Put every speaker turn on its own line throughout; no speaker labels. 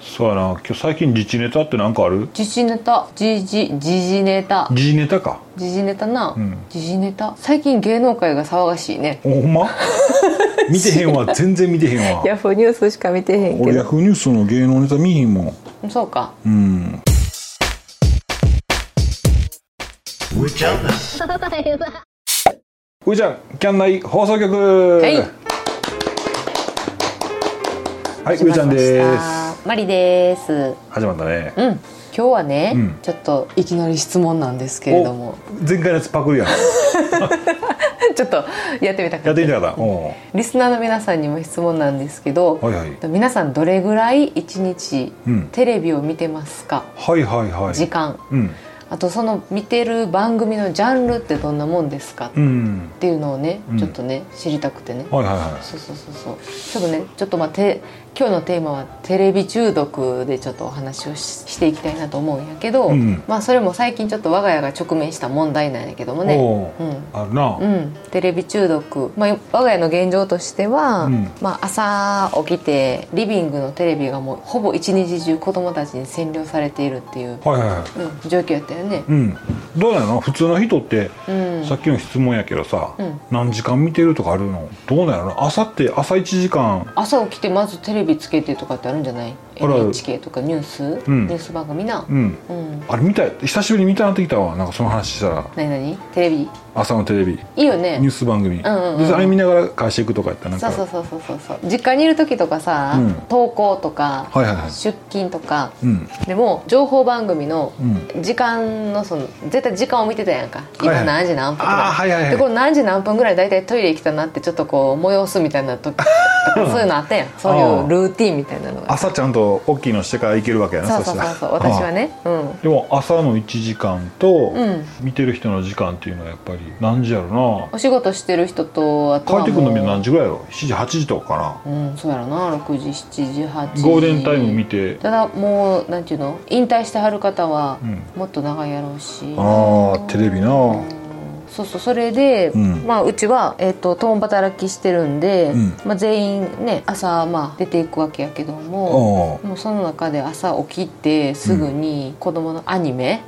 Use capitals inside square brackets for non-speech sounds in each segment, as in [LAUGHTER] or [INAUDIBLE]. そうやな今日最近自治ネタって何かある
時事ネタ時事時事ネタ
時事ネタか
時事ネタな、
ん
時事ネタ最近芸能界が騒がしいね
おほん
[LAUGHS]
ま見てへんわ全然見てへんわ
ヤフーニュースしか見てへんけ
俺ヤ
ど
フーニュースの芸能ネタ見ひんもん
そうか
うんうーちゃんキャン内放送局は
はい
はいう
始ま
ー
り
ちゃん
ま
で
した
す
マリですうん
始まったね
今日はね、
うん
ちょっといきなり質問なんですけれども
前回のやつパクるやん
[LAUGHS] ちょっとやってみた
や
か
っ
って
み
た
たかったおう
リスナーの皆さんにも質問なんですけど、
はいはい
皆さんどれぐらい一日
うん
テレビを見てますか、
はいはいは
時
い
間
うん
あとその見てる番組のジャンルってどんなもんですか、
う
っ
ん
ていうのをね
うん
ちょっとね、知りたくてね
はいはいは
そうそうそうそうちょっとねちょっとまあて今日のテーマはテレビ中毒でちょっとお話をししていきたいなと思うんやけど、
うん
まあそれも最近ちょっと我が家が直面した問題なんやけども
い
ね、
おう
うん、
あるな
うん、テレビ中毒、まあ、我が家の現状としては、
うん
まあ、朝起きてリビングのテレビがもうほぼ一日中子供たちに占領されているっていう、
はいはいはい
うん、状況やったよね。
うんどうなの普通の人って
うん、
さっきの質問やけどさ、
うん
何時間見てるとかあるのどうなんやろな朝って朝1時間
朝起きてまずテレビつけてとかってあるんじゃない
あるある
?NHK とかニュース、
ん
ニュース番組な。
うん
うん、
あれ見たい久しぶりに見たなってきたわなんかその話したら
何何テレビ
朝のテレビ
いいよ
ニュー
ね。
ス番組、
んうんうん
であれ見ながら会社行くとかやったらなん
そ
か
うそうそうそうそうそう実家にいる時とかさ、
うん
登校とか、
はいはいはい
出勤とか
うん
でも情報番組の
うん
時間のその絶対時間を見てたやんか
いはい
今何時何分とか、
あーはいはいはい
でこの何時何分ぐらい大体トイレ行きたなってちょっとこう催すみたいな時とかそういうのあったやんそういうルーティンみたいなのが
朝ちゃんと大きいのしてから行けるわけやな
そうそうそうそう私は
ね
ねうん
でも朝の1時間と
うん
見てる人の時間っていうのはやっぱり何時やろ
お仕事してる人とあ
な
と
帰っ
は
てくるの見るの何時
時
ぐらいやろ7時8時とかか
うんそうやろな6時7時8
な
時
ゴールデンタイム見て
ただもうなんていうの引退してはる方は
うん
もっと長いやろうし、
ああテレビな
そうそうそれで、
うん
まあ、うちは、えっと共働きしてるんで、
うん
まあ、全員ね朝、まあ、出ていくわけやけど
あ
も、
あ
もうその中で朝起きてすぐに子供のアニメ、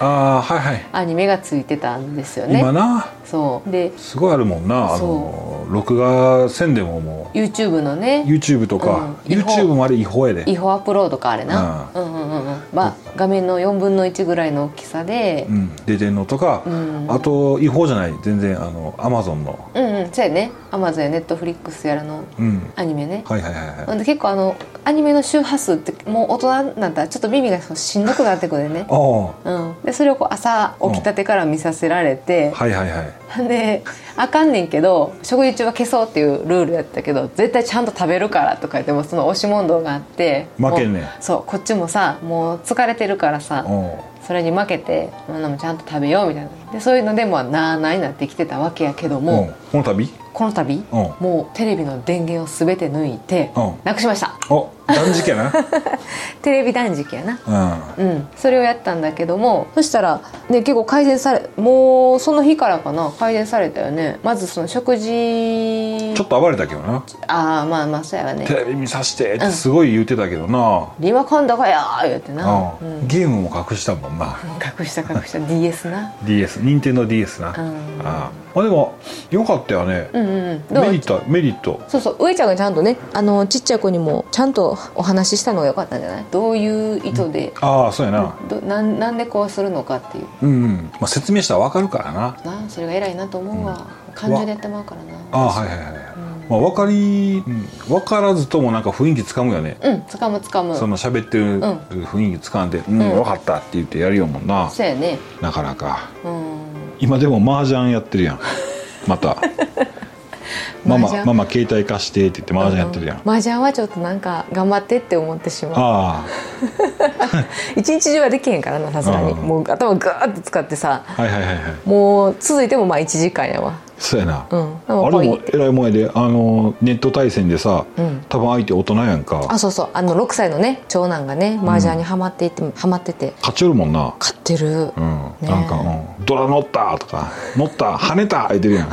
ああはいはい、
アニメがついてたんですよね
今な
そうです
ごいあるもんなあの録画せんでもも
YouTube の
う
ね
YouTube とか、
うん違法
YouTube もあれ違法やで
違法アップロードかあれな、うん、うんうんうんまあ画面の4分の1ぐらいの大きさで
う、ん、出てんのとか、
うん
あと違法じゃない全然あの Amazon の
うんうんそうやね Amazon や Netflix やらの
うん
アニメね
はいはいはいはい
なんで結構あのアニメの周波数ってもう大人になったらちょっと耳がそうしんどくなってくるね、
あ
うん、でそれをこう朝起きたてから見させられて
あ、はいはいはい
であかんねんけど食事中は消そうっていうルールやったけど絶対ちゃんと食べるからとか言ってもうその押し問答があって
負けんねん
もうそうこっちもさもう疲れてるからさ
お
それに負けてマナもちゃんと食べようみたいなでそういうのでもなあなあになってきてたわけやけども、
うんこの度
この度、もうテレビの電源を全て抜いて、
うん
なくしました
お断食や
テレビ断食やな
な
うん、それをやったんだけどもそしたら、ね、結構改善されもうその日からかな改善されたよねまずその食
うん
事
ちょっと暴れたけど
[LAUGHS]
な
ああまあまあそうやわね
テレビ見さしてってすごい言ってたけどな、
リマカンダかやー言ってな、
う
うんん、
ゲームも隠したもんな
隠した隠した DS な
DS 任天堂 DS な、
う
あ
ん
あまあでもよかったよね、
うんうんうんど
メリ
う
ットメリット
そうそう上ちゃんがちゃんとねあのちっちゃい子にもちゃんとお話ししたのが良かったんじゃないどういう意図で、
ああそうやな
どなんなんでこうするのかっていう
うん、うんまあ、説明したらわかるからな
なそれが偉いなと思うわ、感情でやってまうからな
ああはいはいはい、まあ、分かり、うん、分からずともなんか雰囲気つかむよね、
うんつかむつかむ
そ
そ
の喋ってる
ん
雰囲気つかんで「うん、
うん
分かった」って言ってやるよもんな、
うやね
なかなか
うん
今でも麻雀やってる
[LAUGHS]
やんまたマ
麻
マ
雀
ママ携帯貸してって言って麻雀やってるやん、
麻雀はちょっとなんか頑張ってって思ってしまう
あ
一日中はできへんからなさすがに、
うん
もう頭ガーッと使ってさ
あはいはいはいはい
もう続いてもまあ1時間やわ
そうやな、
うんで
あ
も
れ
ポイ
も
って
えらい前であのネット対戦でさ、
うん
多分相手大人やんか
あそうそうあの6歳のね長男がね麻雀にはまっていって、はまってて
勝ちよるもんな
勝ってる、
うん、なんか、うん「ドラ乗った!」とか「乗った跳ねた!」言ってるやん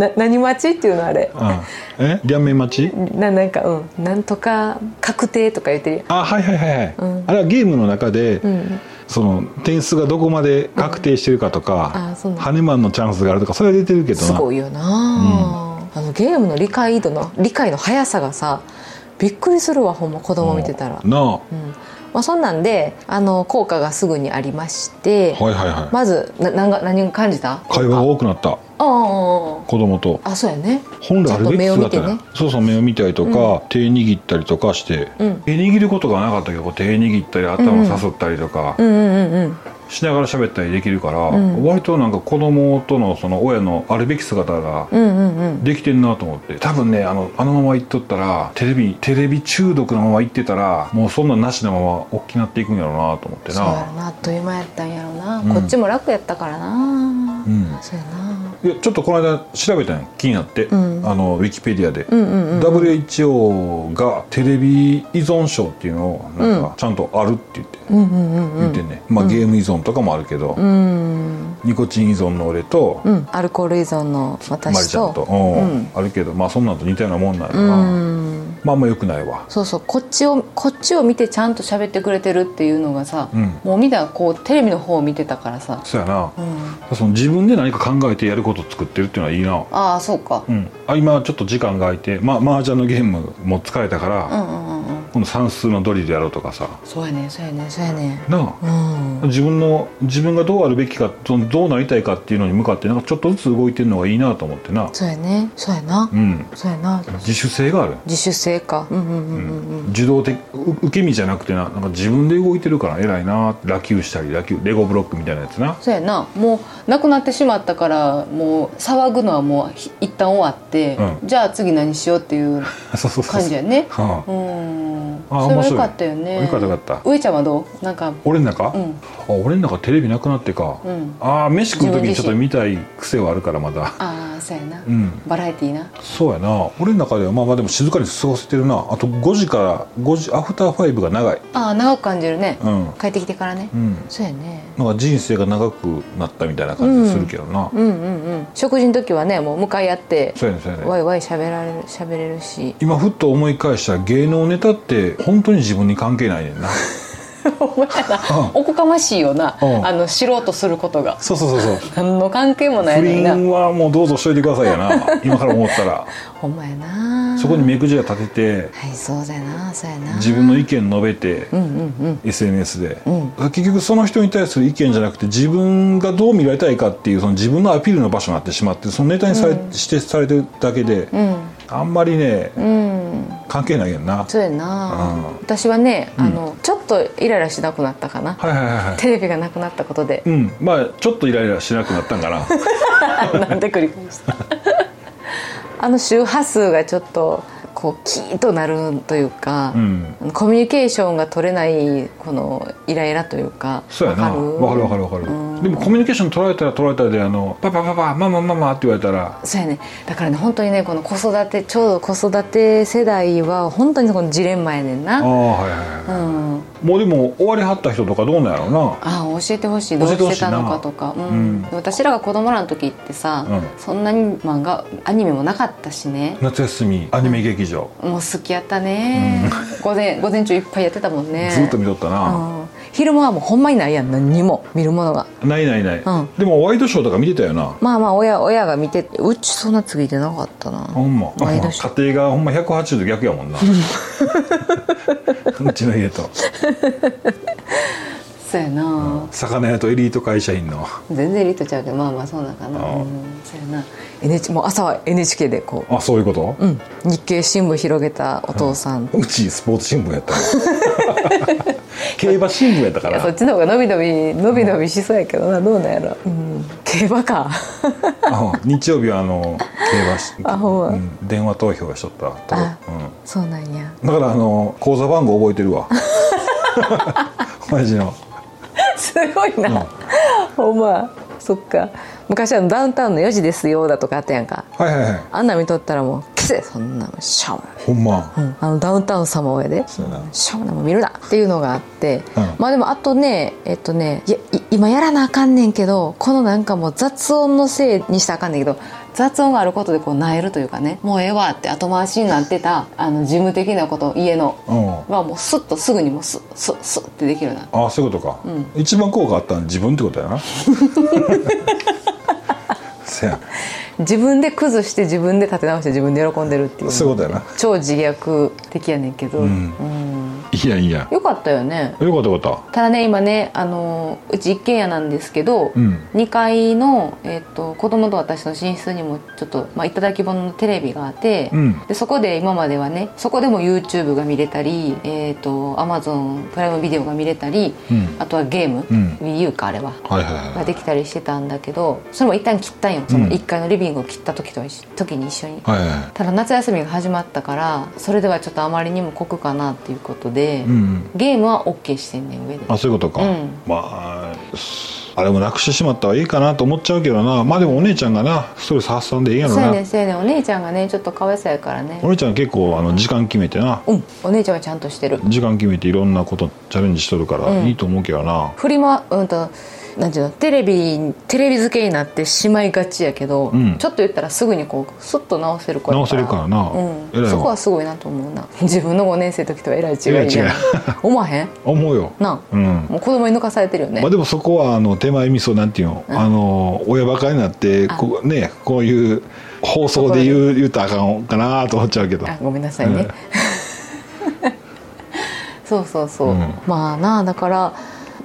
な何待ちっていうのあれ
うん、え両面待ち
ななんかうんなんとか確定とか言ってるやん
あはいはいはいはい、
うん
あれはゲームの中で、
うん
その点数がどこまで確定してるかと
うんあ
か、
ーそうなんだ
ハネマンのチャンスがあるとかそれは出てるけど
す
な
ごいよな、あのゲームの理解度の理解の速さがさびっくりするわほんま子供見てたら、
うんなあは
うんまあ、そんなんであの効果がすぐにありまして、
いはいはい、
まずな何が何を感じた
会話が多くなった
ああ
子供と
あそうやね
本来あるべき姿
ちょっと目を
ね
見て
そうそう目を見たりとか、手握ったりとかして、
うん
手握ることがなかったけどこう手握ったり頭をさすったりとか、
うんうんうん
しながら喋ったりできるから、
ん
割となんか子供とのその親のあるべき姿が
うんうんうんうん
できてんなと思って多分ねあのあのまま行っとったらテレビテレビ中毒のまま行ってたらもうそんなんなしのまま大きなっていくんやろうなと思って
そうやろ
な
なあっという間やったんやろな、
うん
こっちも楽やったからな、
うん
そうやない
やちょっとこの間調べたんよ気になって、
ん
あのウィキペディアで、
うんうんうん
WHO がテレビ依存症っていうのをなんかちゃんとあるって言って、
うんうんうんう
言っ
ん
てんね、まあ、ゲーム依存とかもあるけど、
うん
ニコチン依存の俺と、
うんアルコール依存の
マリ
私
ちゃんと、
と
うん
うん
あるけどまあそんなんと似たようなもんなんや
う
ろな、
ん
まああんまよくないわ
そうそうこっちをこっちを見てちゃんと喋ってくれてるっていうのがさ、
うん
もうみんなこうテレビの方を見てたからさ、
そうやな、
うん、
その自分で何か考えてやることを作ってるっていうのはいいな
ああそうか、
うん、あ今ちょっと時間が空いて、まあ、麻雀のゲームも疲れたから、
うん、うんうんうん
今度算数のドリルやろうとかさ
そうやねそうやねそうやね
な
う
あ、
ん
自分の自分がどうあるべきかどどうなりたいかっていうのに向かってなんかちょっとずつ動いてるのがいいなと思ってな
そうやねそうやな、
うん
そうやな
自主性がある、
自主性かうんうんうんうんうん
受動的う受け身じゃなくてななんか自分で動いてるから偉いなラキューしたりラキューレゴブロックみたいなやつな
そうやなもうなくなってしまったからもう騒ぐのはもうひ一旦終わって、
う
じゃあ次何しようっていう
そうそうそう
感
そう
じやね
はあ
うん
あ
それ
面
は
白い
よかったよね
よかったよかった
上ちゃんはどうなんか
俺の中、
うん
あ俺の中テレビなくなってか、
うん
ああ飯食う時にちょっと見たい癖はあるからまだ
ああそうやな、
うん
バラエティーな
そうやな俺の中ではまあまあでも静かに過ごせてるなあと5時から5時アフターファイブが長い
ああ長く感じるね、
うん
帰ってきてからね、
うん
そうやね
なんか人生が長くなったみたいな感じするけどな、
うんうんうん食事の時はねもう向かい合って
そうやねそうやね
ワイワイ喋られる喋れる
[LAUGHS]
し
今ふっと思い返したら芸能ネタって本当に自分に関係ないねん
[LAUGHS]
な
お前ら
うん
おこかましいよな、
うん
あの知ろうとすることが
そうそうそうそう
何の関係もない
不
のにな
倫はもうどうぞしといてくださいや
[LAUGHS]
な今から思ったら
ほんまやな
そこに目くじら立てて
はいそうだよなそうやな
自分の意見述べて、
うんうん
SNS で、
うん
結局その人に対する意見じゃなくて自分がどう見られたいかっていうその自分のアピールの場所になってしまってそのネタにされ、してされてるだけで、
うん
あんまりね
うんうん
関係ないやんな、
そうやな
うん
私はねあのちょっとイライラしなくなったかな
はいはいはいはい
テレビがなくなったことで
うんまあちょっとイライラしなくなったんか
[LAUGHS]
な
なんで繰り返した [LAUGHS] あの周波数がちょっとこうキーッとなるというか、
うん
コミュニケーションが取れないこのイライラというか
そうやなわかるわかるわかる
うん
でもコミュニケーション取られたら取られたであのパパパパママママって言われたら
そうやねだからね本当にねこの子育てちょうど子育て世代は本当にこのジレンマやねん
ああ
な
はいはいはい、
うん
もうでも終わりはった人とかどうなんやろうな
ああ教えてほしいどうしてたのかとか、うん
うん
私らが子供らの時ってさ、
うん
そんなに漫画アニメもなかったしね
夏休みアニメ劇場、
もう好きやったね、午前午前中いっぱいやってたもんね
ずっと見とった
う
な、
ん昼間はもうほんまにないやん何にも見るものが
ないないない、
うん
でもワイドショーとか見てたよな
まあまあ親親が見ててうちそんなついてなかったな
ほんま
ワイドショー
家庭がほんま180度逆やも
[LAUGHS]
んなうちの家と
そうやな、
魚屋とエリート会社員の
全然リートちゃうけどまあまあそうなんかな、
ああ
うんそうやな NH もう朝は NHK でこ
あそういうこと
う、うん、日経新聞広げたお父さん、
うちスポーツ新聞やったわ [LAUGHS] 競馬新聞やったか
いやそっ
ら
ちの方が伸び伸び伸び伸びしそうやけどなどうなんやろ、うん、競馬か
あ日曜日はあの競馬
あほんま
うん電話投票しとったと、
あ
う
そうなんや
ん、だからあの口座番号覚えてるわ [LAUGHS] マジの
すごいな、ほんまそっか昔はダウンタウンの4時ですよだとかあったやんか
はいはいはい
あんなん見とったらもう「消せそんなもんしょうもない
ほんま
うん、あのダウンタウン様やで
そうやな
しょうもないもん見るなっていうのがあって、
うん
まあでもあとねえっとねいやい今やらなあかんねんけどこのなんかもう雑音のせいにしたらあかんねんけど雑音があることでこう萎えるというかねもうええわって後回しになってたあの事務的なこと家の
うん
はもうスッとすぐにもうスッスッスッってできるようになる
ああそういうことか、一番効果あったの自分ってことやな [LAUGHS] せや
自分で崩して自分で立て直して自分で喜んでるっていう
そういうことやな
超自虐的やねんけど、うん
いやいや
よかったよね
よかったよかった
だね今ねあのうち一軒家なんですけど、
うん
2階の、えっと子供と私の寝室にもちょっと、まあ、頂き物のテレビがあって、
うん
でそこで今まではねそこでも YouTube が見れたり、えっと Amazon プライムビデオが見れたり、
うん
あとはゲーム、
うん
WiiU かあれは。
たはいはいはい
ができたりしてたんだけどそれも一旦切ったんよその1階のリビングを切った時と一緒時に一緒に、
はいは
ただ夏休みが始まったからそれではちょっとあまりにも酷かなっていうことで、
いうん
ゲームは OK してんねん上で
あそういうことか、
うん
まああれもなくしてしまったらいいかなと思っちゃうけどなまあでもお姉ちゃんがなストレス発散でいいやろ
そうや
な、
ねんそうやねんお姉ちゃんがねちょっとかわいそうやからね
お姉ちゃんは結構あの時間決めてな
うんお姉ちゃんはちゃんとしてる
時間決めていろんなことチャレンジしとるから
うん
いいと思うけどな
振りまうんとなんていうのテレビテレビ付けになってしまいがちやけど、
うん
ちょっと言ったらすぐにこうスッと直せるから
直せるからな
う
偉い
ん、
わ
そこはすごいなと思うな自分の5年生の時とはえらい違い
えらい違い
や思わへん
思うよ
なあ、
うん
もう子供に抜かされてるよね、
まあでもそこはあの手前味噌なんていうの,、あの親ばかりになって
あ
こうねこういう放送で言う言うたらあかんかなと思っちゃうけど
あごめんなさいね、
うん
[LAUGHS] そうそうそう、
うん
まあなあだから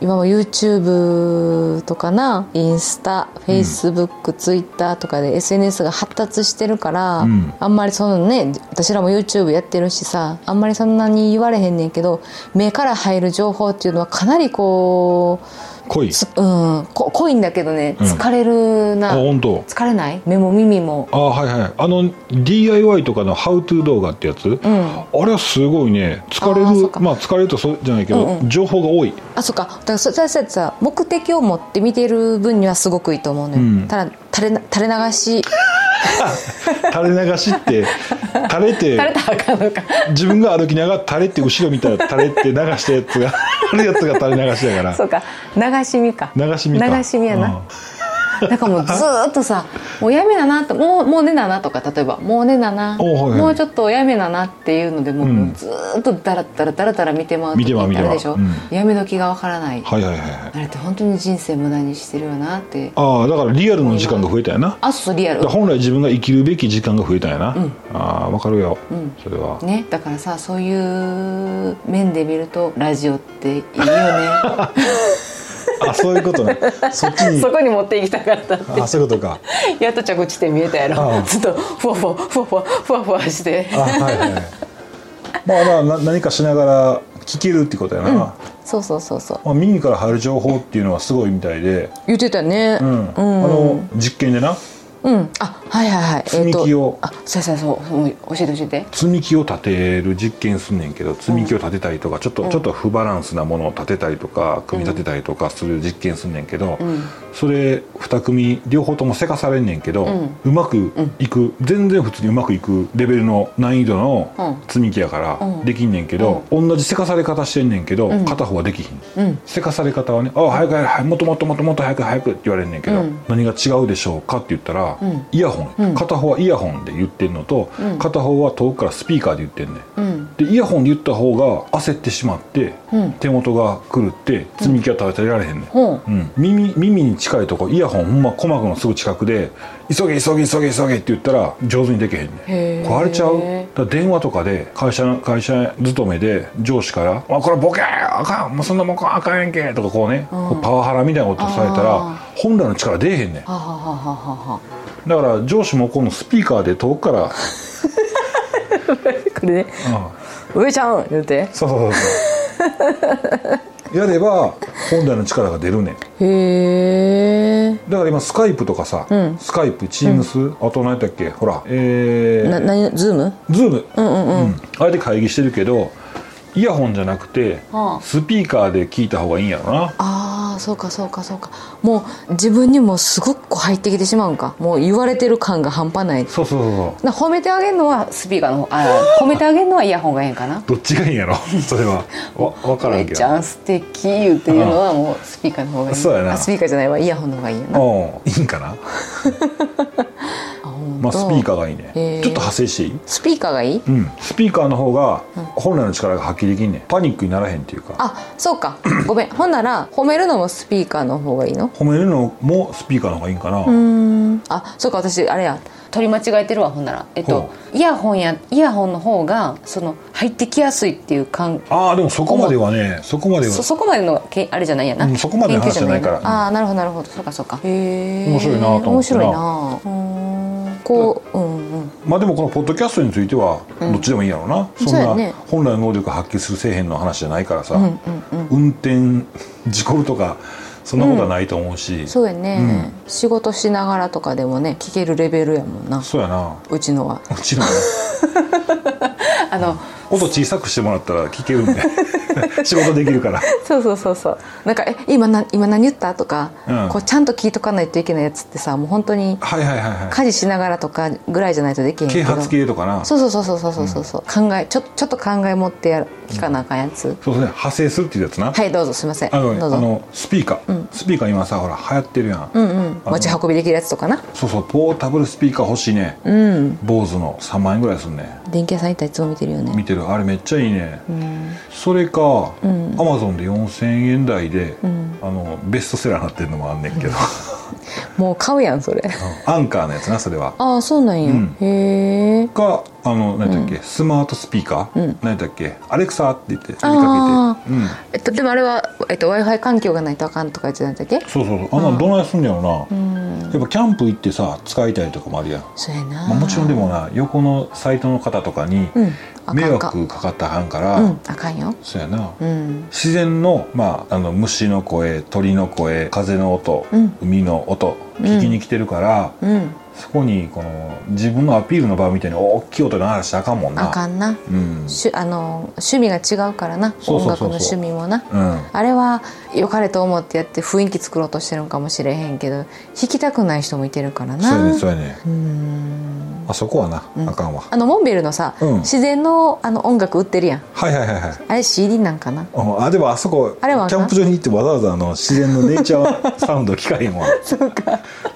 今は YouTube とかなインスタ FacebookTwitter とかで SNS が発達してるから、
うん
あんまりそのね私らも YouTube やってるしさあんまりそんなに言われへんねんけど目から入る情報っていうのはかなりこ、
濃いう
つうん、こ濃いんだけどね
うん
疲れる
あ
な、
本当
疲れない目も耳も
あはいはいあの DIY とかの「ハウトゥー動画ってやつ、
うん
あれはすごいね疲れ
あーそっ
る
か
まあ疲れるとそうじゃないけど、
うんうん
情報が多い
あそうかだからそ私たちさ目的を持って見てる分にはすごくいいと思うのよ、
うん
ただ垂れな垂れ流し
垂れ流しって
[LAUGHS]
垂れて
垂れたらあかんのか
自分が歩きながら垂れって後ろ見たら垂れって流したや
[LAUGHS]
つがあるやつが垂れ流しだか
そうか流し見から
流し見か
流し見や
う
な、
ん
なんかもうずーっとさ「もうやめだな」と「もうもうねだな」とか例えば「もうねだな」
おうはいはい
もうちょっとやめだな」っていうのでもう,、
ん
ずーっとだらだらだらだら見てまう
見てまう見て
あ
まう
るでしょ、
うん
やめ時がわからない、
はいはいはいはい
あれって本当に人生無駄にしてるよなって
ああだからリアルの時間が増えたよな
あそうそうリアル
だから本来自分が生きるべき時間が増えたんやな、ああ分かるよ、それは
ね、だからさそういう面で見るとラジオっていいよね
あそういうことねそっちに
[LAUGHS] そこに持っていきたかったって
あそういうことか
やっと着地点見えたや
あ
ろ
あ
ずっとふわふわふわふわふわふわして
あはいはいまあまあな何かしながら聞けるってことやな、ま
そうそうそうそう
あ、耳から入る情報っていうのはすごいみたいで、
言ってたね
う
うんん、
あの実験でな
うんあはいはいはい
積み木を
えーとあそうそうそううん教えて教えて
積み木を立てる実験すんねんけど積み木を立てたりとか、ちょっとちょっと不バランスなものを立てたりとか組み立てたりとかする実験すんねんけど、それ2組両方ともせかされんねんけど、うまくいく、全然普通にうまくいくレベルの難易度の
うん
積み木やから
うん
できんねんけど、同じせかされ方してんねんけど、片方はできひん。
うん
せかされ方はね「ああ早く早くもっともっともっともっと早く早く」って言われんねんけど、
うん
何が違うでしょうかって言ったら、
ん
イヤホン、
うん
片方はイヤホンで言ってんのと、
うん
片方は遠くからスピーカーで言ってんねん。
うん
でイヤホンで言った方が焦ってしまって、
うん
手元が狂って積み木が食べてられへんねん、
ほう
うん、耳耳に近いとこイヤホンほんま鼓膜のすぐ近くで「急げ急げ急げ急げ」って言ったら上手にできへんね
へ
ん
ー
壊れちゃうだから電話とかで会社の会社勤めで上司から「あこれボケあかんもうそんなもんあかんやんけ」とかこうね、こうパワハラみたいなことされた
あ
ら本来の力出えへんねん
はははははは [LAUGHS]
だから上司もこのスピーカーで遠くから、うん、
これね上ちゃん言うて
そうそうそうそうやれば本来の力が出るねん
へえ
だから今スカイプとかさ、
ん
スカイプチームス、あと何やったっけほらえー
な何ズーム
ズーム、
うんうんうん
うんあれで会議してるけどイヤホンじゃなくて、
はあ
スピーカーで聞いた方がいいんやろな
ああそうかそうかそうかもう自分にもすごくこう入ってきてしまうんかもう言われてる感が半端ない
そうそうそうそう
な褒めてあげるのはスピーカーの方あー褒めてあげるのはイヤホンがええんかな
どっちがいいん
[LAUGHS]
やろそれはわ分から
め
ん
っ
け
ち
ど
ゃん素敵言うていうのはもうスピーカーの方がいい
そうやな
あスピーカーじゃないわイヤホンの方がいいよな
うんいいんかなまあ、スピーカ
ー
ーがいいね、
へー
ちょっと派生していい
スピーカーがいい
うん、スピーカーの方が本来の力が発揮できんねんパニックにならへんっていうか
あそう
[COUGHS]
かごめんほんなら褒めるのもスピーカーの方がいいの
褒めるのもスピーカーの方がいいんかな、
うんあそうか私あれや
取り間違えてるわほんなら、えっと
ほ、
イヤホンやイヤホンの方がその入ってきやすいっていう感
ああでもそこまではねそこまでは
そそこまでのけあれじゃないやな、
うんそこまでの話じゃないから
研究
ああなるほどなるほど
そうかそうか
へえ
面白いなと思ってな
面白いなうんこううんうん
まあでもこのポッドキャストについてはどっちでもいいやろうな、そん
そうや
な
ね
本来の能力を発揮するせえへんの話じゃないからさ、
うんうんうん
運転事故るとかそんなことはないと思うし、
そうやね、仕事しながらとかでもね聞けるレベルやもんな
そうやな
うちの [LAUGHS] は
うちのね
あの
音小さくしてもらったら聞けるん
[LAUGHS]
で仕事できるから
そうそうそうそうなんか「え今な今何言った?」とか、
うん
こうちゃんと聞いとかないといけないやつってさもう本当に
はいはいはいは
家事しながらとかぐらいじゃないとできへん
い
け
啓
ど
発系とかなそ
そうそうそうそうそうそうそう、考えちょちょっと考え持ってやる聞かなあかんやつ、
うですね派生するっていうやつな、
はいどうぞすいません
あ
ど
の
う
ね
ぞ
あのスピーカー、スピーカー今さほら流行ってるやん、
うんうん
の
持ち運びできるやつとかな
そうそうポータブルスピーカー欲しいね、
うん
坊主の3万円ぐらいすんね
電気屋さん行ったらいつも見てるよね
見てるあれめっちゃいいね、それか、アマゾンで4000円台で、あのベストセラーになってるのもあんねんけど、 [LAUGHS]
もう買うやんそれ
アンカーのやつなそれは
ああそうなんや、
ん
へえ
かあの何だっけ、スマートスピーカー、何だっけアレクサって言って呼びか
あ
けて、うん、
えっと、でもあれは、えっと、w i f i 環境がないとあかんとか言ってたんだっけ
そうそうそうあんなのどないすんねやろな、やっぱキャンプ行ってさ使いたいとかもあるやん
そうやな、
まあ、もちろんでもな横のサイトの方とかに
うんあかんか
迷惑かかったらあかんから、
うんあかんよ
そうやな、
うん
自然の,、まあ、あの虫の声鳥の声風の音、
うん
海の音聞きに来てるから、
うん
そこにこの自分のアピールの場みたいに大きい音流したらあかんもんな
あかんな
うん、
しゅあの趣味が違うからな
そう
音
そうそうそう
楽の趣味もな
うん、
あれは良かれと思ってやって雰囲気作ろうとしてるのかもしれへんけど弾きたくない人もいてるからな
そうやねそうやね
うん
あそこはな、あかんわ
あのモンベルのさ、
うん
自然のあの音楽売ってるやん
はいはいはいはい
あれ CD なんかな
うんあでもあそこ
あれはあ
キ
かん
ャンプ場に行ってわざわざあの自然のネイチャーサウンド聞かへ
[LAUGHS]
んわ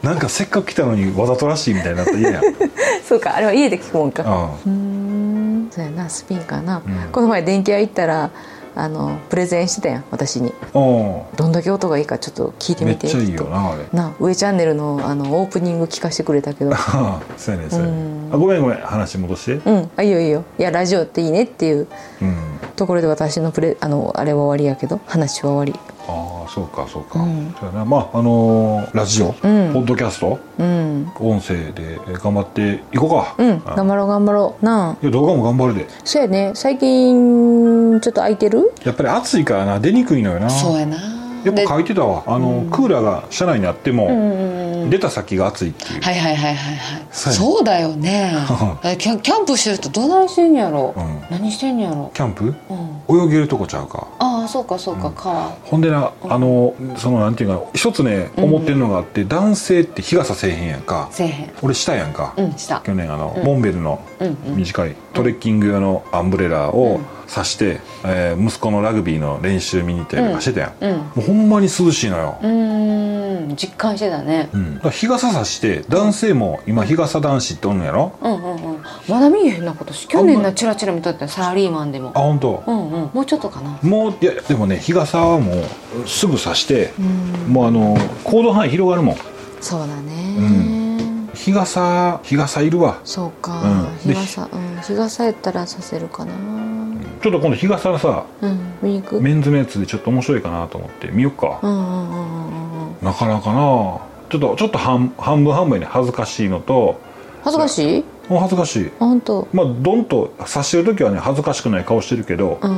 なんかせっかく来たのにわざとらしいみたいになったら嫌やん、う
そうかあれは家で聞くもんか
ん
うんそうやなスピンかな、
うん
この前電気屋行ったらあのプレゼンしてたやん私に [LAUGHS]
お
どんだけ音がいいかちょっと聞いて
め
み
ってちゃいいよなあれ
な上チャンネルのあのオープニング聞かせてくれ [LAUGHS] たけど
[LAUGHS] そうやねそうや
う
ねあごめんごめん話戻して
うんあいいよいいよいやラジオっていいねっていう
うん
ところで私のプレあのあれは終わりやけど話は終わ
ああそうかそうか、
うん
そうやなまああのーラジオ、
ん
ポッドキャスト
りうん
音声でえー頑張っていこうか
うん
あ
頑張ろう頑張ろうない
や動画も頑張るで
あそうやね最近ちょっと空いてる
やっぱり暑いからな出にくいのよな
そうやな
やっ
で
ぱ書いてたわあの、クーラーが車内にあっても、出た先が暑いっていう、
はいはいはいはいはい
そうや
そうだよねえキャンキャンプしてる人どないしてんやろ、
うん
何してんやろ、
キャンプ
うん、
泳げるとこちゃうか
ああそうかそうか、川
ほんでなあのそのなんていうかな一つね思ってるのがあって、男性って日傘せえへんやんか
せえへん
俺したやんか、
うんした
去年あの、モンベルの
うんうん
短いトレッキング用のアンブレラを差して、えー息子のラグビーの練習見に行ったりとかしてたやん、
うん
もうほんまに涼しいのよ、
うーん実感してたね
うんだから日傘差して男性も今日傘男子っておんのやろ
うんうんうんまだ見えへんなことし去年なチラチラ見とったよサラリーマンでも
あ本当
う。んうんもうちょっとかな
もういやでもね日傘はもうすぐ差して、もうあの行動範囲広がるもん
そうだね、
日傘日傘いるわ
そうか、
うん
日傘うん日傘やったらさせるかなうん、
ちょっと今度日傘のさ
見に行くうん
メンズのやつでちょっと面白いかなと思って見よっか、
うんうんうんうん
なかなかなちょっとちょっと半半分半分に恥ずかしいのと
恥ずかしい
もう恥ずかしい
あ本当
まあドンと差してる時はね恥ずかしくない顔してるけど、
うん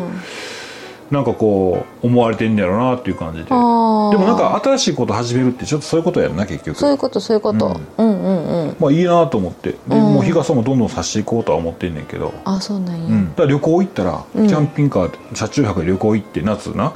なんかこう思われてんだろうなっていう感じでで
あ
も
ー
なんか新しいこと始めるってちょっとそういうことやんな結局
そういうことそういうこと、うん、うんうん
まあいいなと思ってで、
ん
もう日傘もどんどん差していこうとは思ってんねんけど、
あそうなんや、
うん、だから旅行行ったら、
ん
キャンピングカー車中泊で旅行行って夏な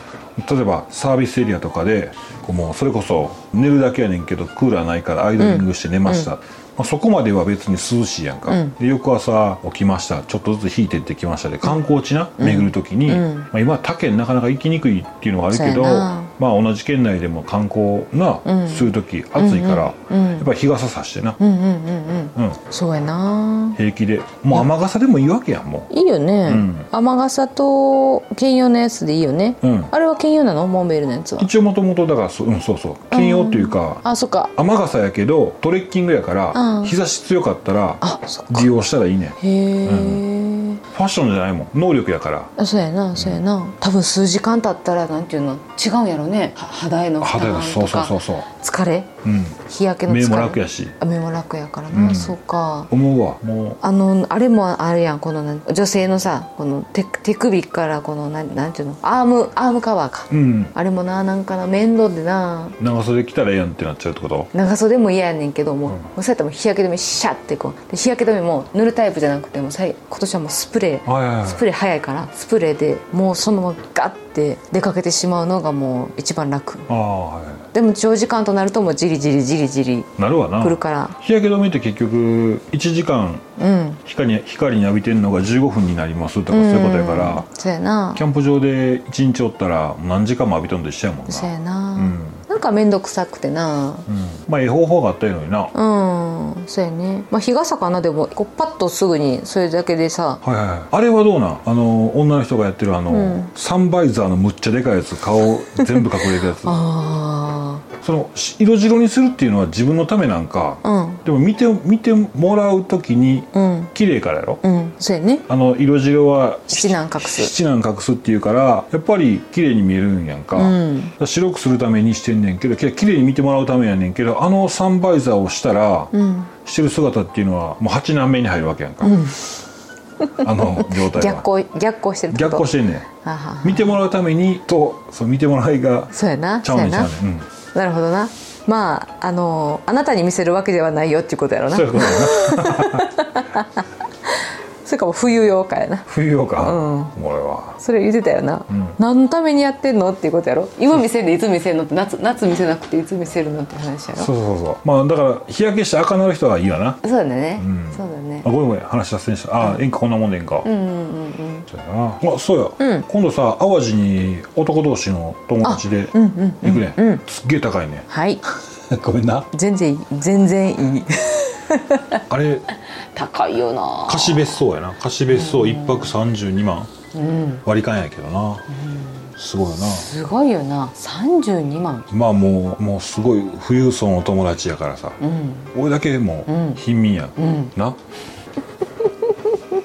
例えばサービスエリアとかでこうもうそれこそ寝るだけやねんけどクーラーないからアイドリングして寝ました、まあ、そこまでは別に涼しいやんか、
うん
で翌朝起きましたちょっとずつ引いてってきましたで観光地な、巡る時に、
うん
まあ、今他県なかなか行きにくいっていうのはあるけど
そうやな
まあ、同じ県内でも観光な、
うん
する時暑いから、
うんうん
やっぱり日傘さしてな、
うんうんうんうん
うん、
そうやな
平気でもう雨傘でもいいわけやんも
いいよね、
うん
雨傘と兼用のやつでいいよね、
う、うん、
あれは兼用なのモンベルのやつは
一応もともとだからそう,、うん、そうそう兼用っていうか、
あそっか
雨傘やけどトレッキングやから、
うん
日差し強かったら
あそっか
利用したらいいねんフ
へえ、
ァッションじゃないもん能力やから
あそうやなそうやな、
多分数時間経ったらなんていうの違うんやろねは肌への負
肌
担
がそう
と
そうそう
か
そう、
疲れ
うん、
日焼けの疲れ
目も楽やし
あ目も楽やからな、
うん
そうか
思うわも
あのあれもあるやんこのなん女性のさこの手手首からこのなんなんていうのアームアームカバーか、
ううん
あれもななんかな面倒でな
長袖着たらええやんってなっちゃうってこと
長袖も嫌やねんけどもう,、
うん
もうそうやったらもう日焼け止めシャッてこうで日焼け止めも塗るタイプじゃなくてもさい今年はもうスプレー
はいはい
スプレー早いからスプレーでもうそのままガッて出かけてしまうのがもう一番楽
ああは
でも長時間となるともうじりじりじりじり
いなるわな
来るから
日焼け止めって結局1時間
うん
光に光に浴びてんのが15分になりますとかそういうことやから
うんそうやな
キャンプ場で1日おったら何時間も浴びとんと一緒やもんな
そうやな、
うん
なんか面倒くさくてな
うんまあええ方法があったらいいのになはい
うんそうやねまあ日傘かなでもこうパッとすぐにそれだけでさ
はいはいあれはどうなんあの女の人がやってるあの、
うん
サンバイザーのむっちゃでかいやつ顔全部隠れるやつ
あ
そのし色白にするっていうのは自分のためなんか
あうん
でも見て見てもらう時に
うん
綺麗からやろ
うんそうやね
あの色白は
七難隠す
七難隠すっていうからやっぱり綺麗に見えるんやんか,、
うん
白くするためにしてんねんけどき綺麗に見てもらうためやねんけどあのサンバイザーをしたら、
うん
してる姿っていうのはもう八難目に入るわけやんか、 [LAUGHS] あの状態は
逆行逆行してるってこと
逆行してんねん
あはは
見てもらうためにとそう見てもらいが
そうやな
ちゃう
そう
ね
や
んちゃ
な
うねん、うん
なるほどなまああのあなたに見せるわけではないよっていうことやろな
そういうことやな
それかもう冬用かやな
冬用か、
う
俺は
それ言ってたよな、
うん
何のためにやってんのっていうことやろ
今見せんでいつ見せんのって夏夏見せなくていつ見せるのって話やろ
そうそうそうまあだから日焼けして赤なる人はいいわな
そうだね、
うん
そうだね
あごめんごめん話脱線したあ、演歌こんなもんでええんか、
うんうんうんうん
そうやなあそうや、
うん
今度さ淡路に男同士の友達で
うん
行
うん
くね、
うんうん
すっげえ高いね
はい
[LAUGHS] ごめんな
全然いい全然いい
あれ
高いよな
貸別荘やな貸別荘一泊32万
うん
割り勘やけどな、すごいよな
すごいよな32万
まあもうもうすごい富裕層の友達やからさ、
うん
俺だけも
うん
う貧民や、
うん
な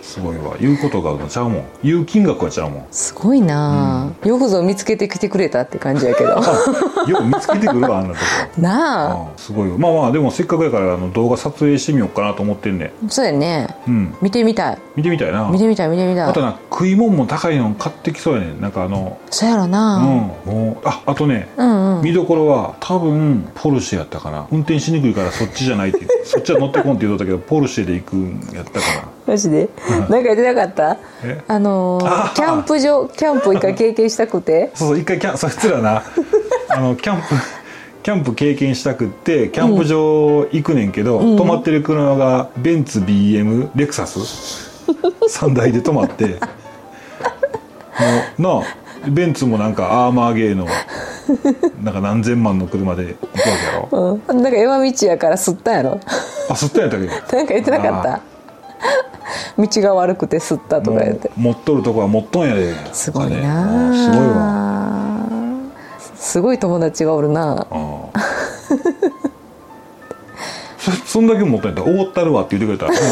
すごいわ言うことがちゃうもん言う金額はちゃうもん
すごいなあ、よくぞ見つけてきてくれたって感じやけど
[LAUGHS] よう見つけてくるわあんなとこ
[LAUGHS] なあ
ああすごいよまあまあでもせっかくやからあの動画撮影してみようかなと思ってんね
そうやね
うん
見てみたい
見てみたいな
見てみたい見てみた
あと
い
な食い物も高いの買ってきそうやねんなんかあの
そうやろ
うん
な、
もうああとね
うん、うん
見どころは多分ポルシェやったかな運転しにくいからそっちじゃないってそっちは乗ってこんって言うとったけどポルシェで行くんやったかな
マジで、なんか言ってなかった
え
あのー
あー
キャンプ場キャンプ一回経験したくて
そうそう一回キャンそい [LAUGHS] つらなあのキャンプ [LAUGHS] キャンプ経験したくってキャンプ場行くねんけど、泊まってる車がベンツ BM レクサス3
[LAUGHS]
台で泊まってもうなあベンツもなんかアーマーゲーのなんか何千万の車で行くわけやろ
[LAUGHS] うん、なんか山道やから吸ったんやろ [LAUGHS]
あそったんやったっけ
なんか言ってなかった [LAUGHS] 道が悪くて吸ったと
も
か言って
う持っとるとこは持っとんやです
すごい
あ
な
あすごいわ
あすごい友達がおるな
ああ [LAUGHS] そそんだけ持ったんやったら「おごったるわ」って言ってくれたら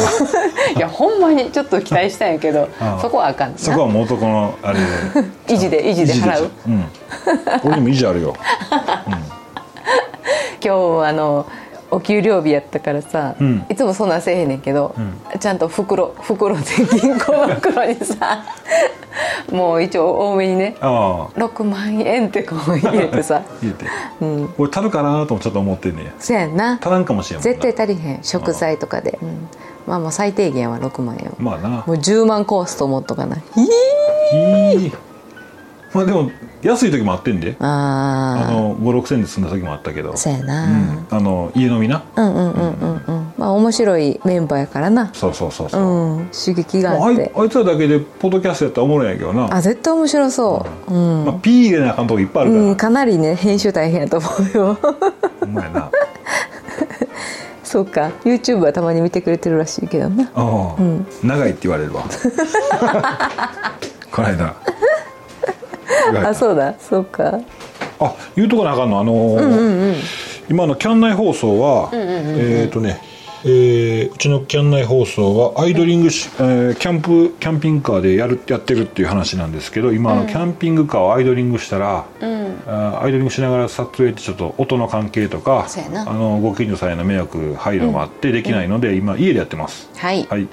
いやほんまにちょっと期待したんやけど
ああ
そこはあかんな
そこはもう男のあれで
維持で維
[LAUGHS]
持で払う
うん俺にも維持あるよ
今日あのお給料日やったからさ、
うん
いつもそんなんせえへんねんけど、ちゃんと袋袋で銀行の袋にさ [LAUGHS] もう一応多めにね
ああ
6万円ってこう入れてさ
入れて
うん
俺足るかなともちょっと思ってんねや
そやんな
足らんかもしれんもんな
絶対足りへん食材とかで、うん、まあもう最低限は6万円は
まあな
もう10万コースと思っとかない
いいまあでも安い時もあってんであ
あ
の5 6千円で済んだ時もあったけど
あそうや
う
な、
んあの家飲みな
うんうんうんうんうんまあ面白いメンバーやからな
そうそうそう
う
そう、
ん刺激があ
あ
っ
い
て
あいつらだけでポッドキャストやったらおもろいんやけどな
あ絶対面白そううん、
まあ、ピー入れなあかんとこいっぱいあるから、
うん、かなりね編集大変やと思うよ [LAUGHS]
ほんまやな
そうか YouTube はたまに見てくれてるらしいけどな
ああ、長いって言われ [LAUGHS] るわこの間言われた
あそうだそうか
あ言うとこなあかんのあのー今のキャン内放送は、えっ、とねえーうちのキャン内放送はアイドリングし、えーキャンプキャンピングカーでやるやってるっていう話なんですけど今、あのキャンピングカーをアイドリングしたら、あーアイドリングしながら撮影ってちょっと音の関係とか
そうやな
あのご近所さんへの迷惑配慮もあってできないので、今家でやってます
はい、
はいち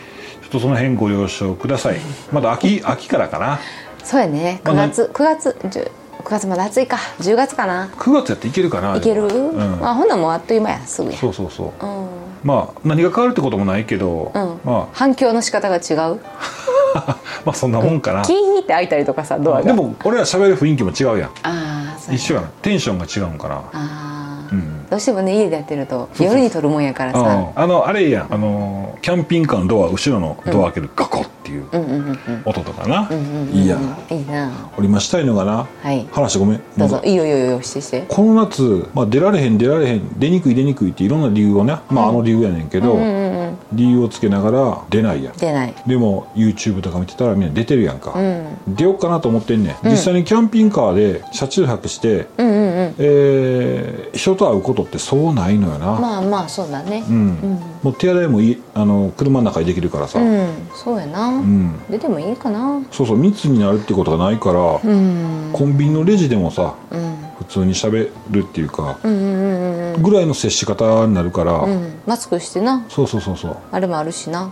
ょっとその辺ご了承くださいまだ秋秋からかな
そうやね
まあ
9月9月10 9月まだ暑いか10月かな
9月やっていけるかない
ける、
うん
あほんならもうあっという間やすぐや
そうそうそう
うん
まあ何が変わるってこともないけど、
うん
ま
反響の仕方が違う
あまあそんなもんかな、
キーって開いたりとかさドアが
でも俺ら喋る雰囲気も違うやん
ああそう
一
や
緒やんテンションが違うんかな
ああ、
うん
どうしてもね家でやってると
うそう
夜に撮るもんやからさ
ああのあれやんあのーキャンピングカーのドア後ろのドア開けるガコっていう
うんうんうんうん
音とかな、
うんうんうん
いいやん
いいな
俺今したいのがな、
はい
話ごめん
どう
も
ぞいいよいいよいいよしてして
この夏、まあ、出られへん出られへん出にくい出にくいっていろんな理由をね、まあ、あの理由やねんけど、
うんうんうん
理由をつけながら出ないやん
出ない
でも YouTube とか見てたらみんな出てるやんか、
うん
出ようかなと思ってんね、ん、実際にキャンピングカーで車中泊して、
うんうんうん
えー人と会うことってそうないのよな、
まあまあそうだね
うんもう手洗いもいいあの車の中でできるからさ、
う
うん
ん、そうやな、出てもいいかな
そうそう密になるってことがないから、
うん
コンビニのレジでもさ
うん
普通にしゃべるっていうか、
うんうんうんうん
ぐらいの接し方になるから、
うんマスクしてな
そうそうそうそう
あれもあるしな、
うん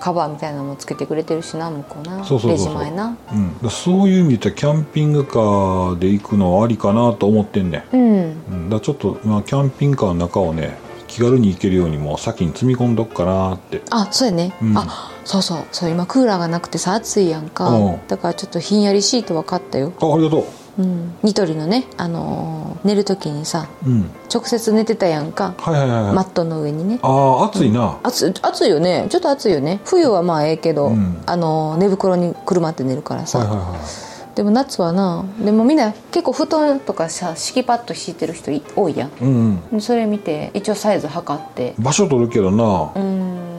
カバーみたいなのもつけてくれてるしな向こうな
そうそう
レ
そう
ジ
そう
前な
うん、だからそういう意味で言ったらキャンピングカーで行くのはありかなと思ってんねん
うん
うんだからちょっと、まあ、キャンピングカーの中をね気軽に行けるようにもう先に積み込んどくかなって
あそうやね、
うん
あそうそうそう今クーラーがなくてさ暑いやんか、
うん
だからちょっとひんやりシートは買ったよ、
あありがと
うん、ニトリのね、あのー寝る時にさ
ううん
直接寝てたやんか、
はいはいはいはい、
マットの上にね
ああ暑いな、
暑い暑いよねちょっと暑いよね冬はまあええけど、
うん
あのー寝袋にくるまって寝るからさ、
はいはいはい
でも夏はなでもみんな結構布団とかさ敷きパッド敷いてる人い多いや
うんうん
んそれ見て一応サイズ測って
場所取るけどな、
うーん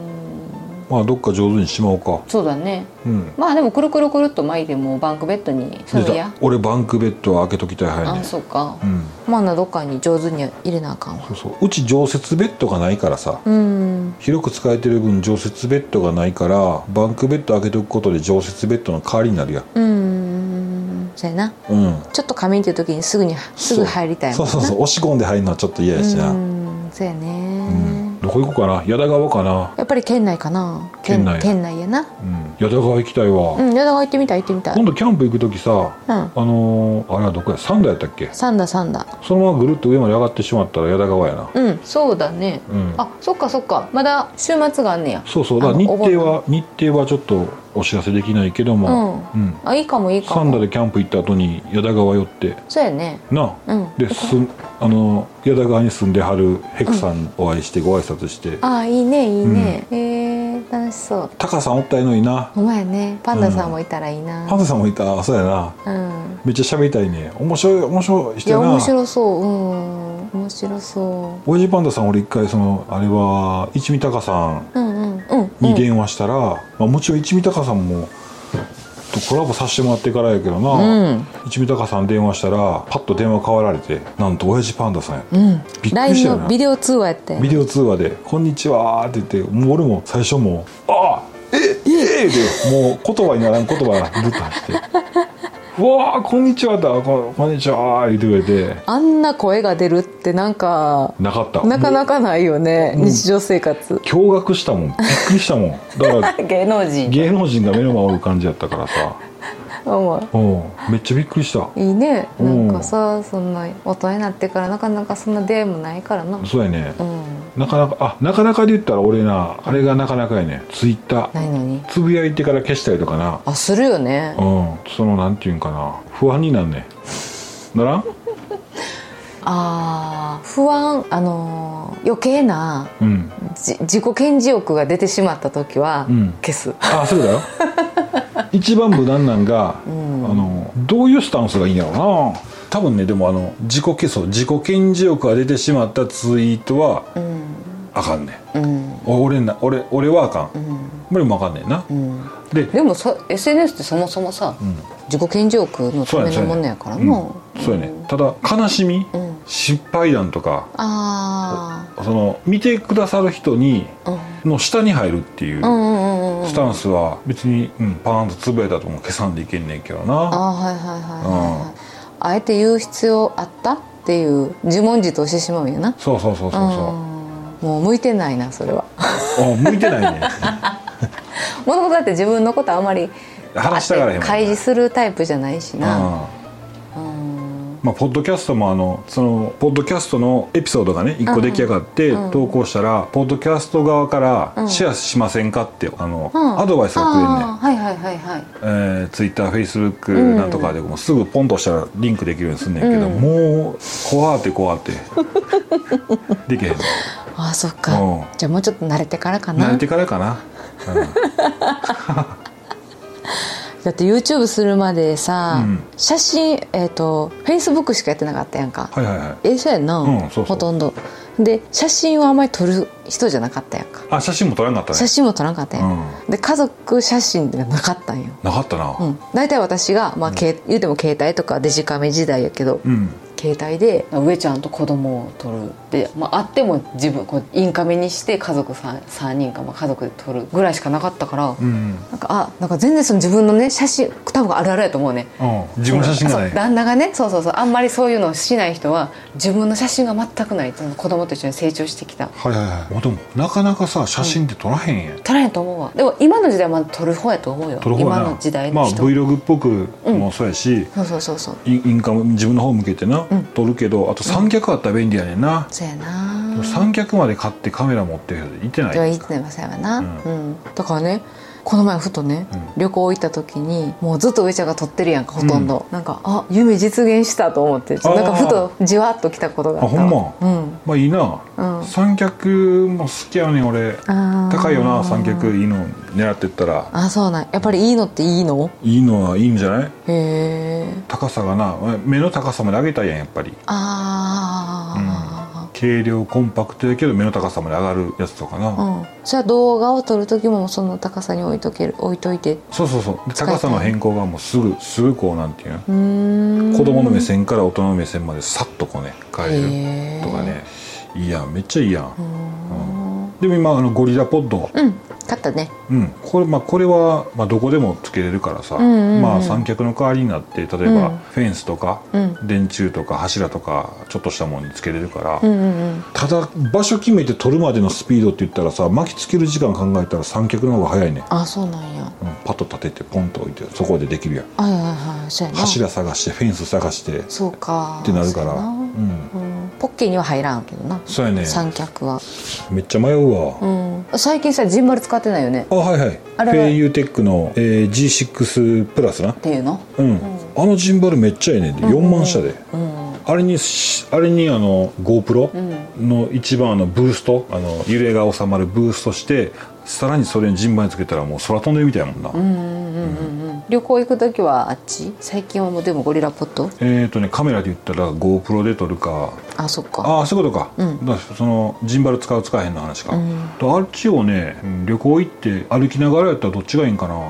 まあどっか上手にしまおうか
そうだね
うん
まあでもくるくるくるっと巻いてもうバンクベッドにそ
出
うい
た
や
俺バンクベッドは開けときたい早い
あ
ね
そうか
うん
まあなどっかに上手に入れなあかんわ
そうそううち常設ベッドがないからさ、
うん
広く使えてる分常設ベッドがないからバンクベッド開けとくことで常設ベッドの代わりになるやん
うんそうやな
うん
ちょっと仮眠っていう時にすぐにすぐ入りたい
そ
も
うん
な
そうそう押し込んで入るのはちょっと嫌やしな、
うんそうやね、
うん、どこ行こうかな矢田川かな
やっぱり県内かな
県内
県内やな
うん矢田川行きたいわ、
うん矢田川行ってみたい行ってみたい
今度キャンプ行く時さ、
うん
あのーあれはどこや三田やったっけ
三田三田
そのままぐるっと上まで上がってしまったら矢田川やな
うんそうだね、
うん
あそっかそっかまだ週末があんねや
そうそうだから
あ
日
の
程は日程はちょっとお知らせできないけども、うん
あいいかもいいか
三田
も
でキャンプ行った後に矢田川寄って
そうやね
なあ
うん
ですんあの矢田川に住んではるヘクさんお会いしてご挨拶して、
あいいねいいね、えー、楽しそう
タカさんおったいのにな
お前ねパンダさんもいたらいいな
ハンセさんもいたそうやな
うん、
めっちゃ喋りたいね面白い面白い人
いや
やな
面白そううん面白そ
オジパンダさん俺一回そのあれは一味高さん
ううんうんうん
に電話したら、まあ、もちろん一味高さんもとコラボさせてもらってからやけどな、
うん
一味高さん電話したらパッと電話変わられてなんと親父パンダさんやった、
うん
びっくりし
LINE
たよな
のビデオ通話やって
ビデオ通話で「こんにちは」って言ってもう俺も最初もう「ああええええ」でもう言葉にならん言葉がルッと入って [LAUGHS] 「うわあこんにちは」だここんにちは」言ってくれて
あんな声が出るってなんか
なかった
なかなかないよね、
うん
日常生活
驚愕したもんびっくりしたもんだから
芸能人
芸能人が目の前おる感じやったからさ
思
うんめっちゃびっくりした
ういいね
う
なんんかさそんな大人になってからなかなかそんな出会いもないからな
そうやね
うん
なかなかあなかなかで言ったら俺なあれがなかなかやねツイッター
ないのに
つぶやいてから消したりとかな
あするよね
うんそのなんていうんかな不安になんねならん
あー不安あのー余計な
うん
じ自己顕示欲が出てしまった時は
うん
消す、
あそうだよ一番無難なんが、あのどういうスタンスがいいんやろうな多分ねでもあの自己消そう自己顕示欲が出てしまったツイートは、あかんねん、お俺な俺俺はあかん、俺もあかんねんな、で
でもさ SNS ってそもそもさ、自己顕示欲のためのもんなんやからな、
うんそうやねただ悲しみ、失敗談とか
あ
その見てくださる人に、の下に入るっていう
あうんうんうんうん
スタンスは別に、うん、パーンとつぶやいたとも消さんでいけんねんけど
あ
な
ーはいはいはいはい、はいあえて言う必要あったっていう自問自答してしまうんやな
そうそうそうそうそ
う
う
んもう向いてないなそれは [LAUGHS]
あ向いてない [LAUGHS] ね
もともとだって自分のことあんまり
話したからへんもんね
開示するタイプじゃないしな
うんまあ、ポッドキャストもあのそのポッドキャストのエピソードがね一個出来上がって投稿したら、ポッドキャスト側からシェアしませんかってあの、
うん
アドバイスがくれんねん
あーはいはいはいはい
えー、ツイッターフェイスブックなんとかでもうすぐポンとしたらリンクできるようにすんねんけど、もう怖って怖ってでき [LAUGHS] へん
ああそっか
うん
じゃあもうちょっと慣れてからか
慣
な
れてからかな、
だって YouTube するまでさ、
うん
写真えっ、と Facebook しかやってなかったやんか、
はいはいはい
ええそうやんな、
うんそうそう
ほとんどで写真はあんまり撮る人じゃなかったやんか
あ写真も撮らなかった
写
ね
真も撮らんかったやん、、
うん
で家族写真がなかったんよ、
なかったな
うん、大体私が、まあけい言うても携帯とかデジカメ時代やけど、
うん
携帯で
上ちゃんと子供を撮るで、まあ、あっても自分こうインカメにして家族 3, 三人か、まあ、家族で撮るぐらいしかなかったから、
うん
なんかあなんか全然その自分のね写真多分あるあるやと思うね
うん自分の写真が
そう
ない
旦那がねそうそうそうあんまりそういうのをしない人は自分の写真が全くないその子供と一緒に成長してきた
はいはいはいもうでもなかなかさ写真って撮らへんやん、
撮らへんと思うわでも今の時代はまだ撮る方やと思うよ
撮る方や
今
な
の時代
ま
の
あ
人、
Vlog っぽくもそうやし、
そうそうそうそう
インインカム自分の方向けてな、撮るけどあと三脚あったら便利やねんな、
そうやな
三脚まで買ってカメラ持ってる人いてない
では言ってませんわな、
うん
うんだからねこの前ふとね、旅行行った時にもうずっと上ちゃんが撮ってるやんかほとんど、なんかあ夢実現したと思って
あー
なんかふとじわっときたことがあった
あ
わ
ほ
うん
まあいいな、三脚も好きやねん俺
あー
高いよな三脚いいの狙ってったら
あそうなんやっぱりいいのっていいの
いいのはいいんじゃない
へえ
高さがな目の高さまで上げたいやんやっぱり
あ
軽量コンパクトやけど目の高さまで上がるやつとかな、
あ、うんじゃあ動画を撮る時もその高さに置いとける置いといて
そうそうそうで
使いたい
高さの変更がもうすぐすぐこうなんていうの
うーん
子供の目線から大人の目線までさっとこうね変え
へ
る
え
とかねいいやんめっちゃいいやん、うんでも今あのゴリラポッド、
うん買ったね
うんこれまあ、これは、まあ、どこでもつけれるからさ、
んうんうん
まあ、三脚の代わりになって例えば
うん
フェンスとか、
うん
電柱とか柱とかちょっとしたものにつけれるから、
うんうん
ただ場所決めて取るまでのスピードって言ったらさ巻きつける時間考えたら三脚の方が早いね、
あそうなんや
うん、パッと立ててポンと置いてそこでできるやん
はいはいはいそうやな
柱探してフェンス探してっ
そうか
てなるから
そうやな
うん
うんポッケには入らんけどな
そうやね
三脚は、
めっちゃ迷うわ、
うん、
最近さジンバル使ってないよねっ
あはいはい
あ
フ
れ
ェイユーテックの、えー G6 プラスな
ていうの
うん、あのジンバルめっちゃええねんで4万したで、あれにしあれにあの GoPro の一番あのブーストあの揺れが収まるブーストしてさらにそれにジンバルつけたらもう空飛んでるみたいやもんな、
旅行行く時はあっち最近はもうでもゴリラポット
えっ、ー、とねカメラで言ったら GoPro で撮るか
あそっか
ああそういうことか,、だからそのジンバル使う使えへんの話か、とあっちをねうん旅行行って歩きながらやったらどっちがいいんかな、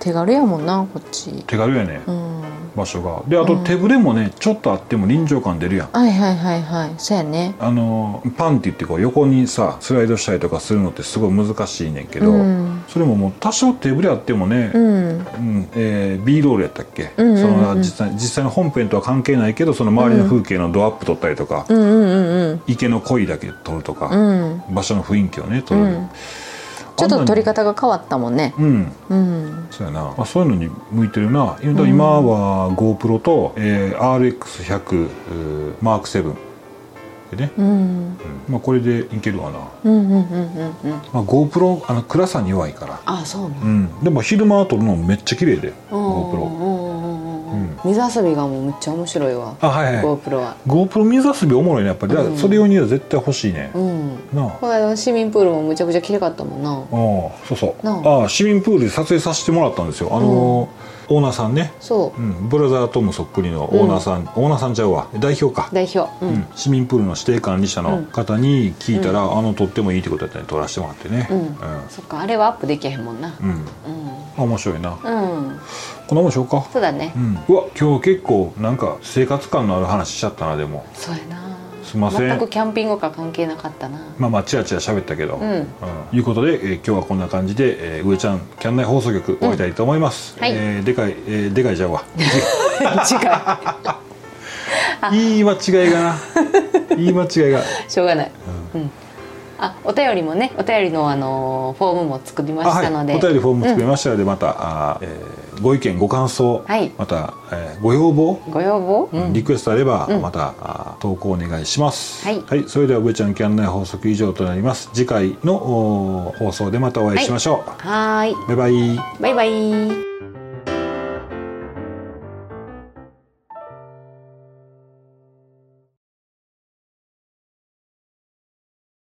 手軽やもんなこっち
手軽やね、
うん
場所がであと手ぶれもねちょっとあっても臨場感出るやん
はいはいはいはいそうやね
あのパンって言ってこう横にさスライドしたりとかするのってすごい難しいねんけど、
うん
それももう多少手ぶれあってもね、
うん
うんえー B ロールやったっけ、
んうんうん
その実際実際の本編とは関係ないけどその周りの風景のドアップ撮ったりとか、
うんうん
池の鯉だけ撮るとか、
うんうん
場所の雰囲気をね撮る、
うんちょっと撮り方が変わったもんね
うん
うん
そうやな、まあ、そういうのに向いてるな今今は GoPro と、えー RX100 うー Mark7 でね、
うん
まあ、これでいけるわな、
うんうんうんうんうん
まあ、GoPro あの暗さに弱いから、
あそうな
うん、でも昼間撮るのめっちゃ綺麗で GoPro
うんうんうんうん
ん
水遊びがもうめっちゃ面白いわ
あはいはい
GoPro は
GoPro 水遊びおもろいねやっぱりだからそれ用には絶対欲しいね、
うん
なあ
この間の市民プールもむちゃくちゃ綺麗かったもんな
ああそうそう
な
ああ市民プールで撮影させてもらったんですよあの、オーナーさんね、、
そううん
ブラザートムそっくりのオーナーさん、オーナーさんちゃうわ代表か、
代表う
うんん、市民プールの指定管理者の方に聞いたら、あの撮ってもいいってことだったんで撮らせてもらってね
うん、そっかあれはアップできへんもんな
うん、うん
うん
あ面白いな
うん
こんなもんしようか
そうだね
うん、うわ今日結構なんか生活感のある話しちゃったなでも
そうやな
すいません
全くキャンピングカー関係なかったな
まあまあチラチラ喋ったけど、
ん
いうことで、えー今日はこんな感じで、えー、上ちゃんキャン内放送局終わりたいと思います、
んはい
えーでかい、えーでかいじゃう [LAUGHS] わ
違
[LAUGHS]
う
言い間違いがな言い間違いが
しょうがないうんあお便りもねお便りのあのフォームも作りま
あ
し
はい
たので
お便りフォーム作りましたので、またあー、えーご意見ご感想、
はい
また、えーご要望
ご要望うん
リクエストあれば、
うん
またあ投稿お願いします。
はい
それでは上ちゃんキャン内放送局以上となります。次回のお放送でまたお会いしましょう。
はーい
バイバイ。
バイバイ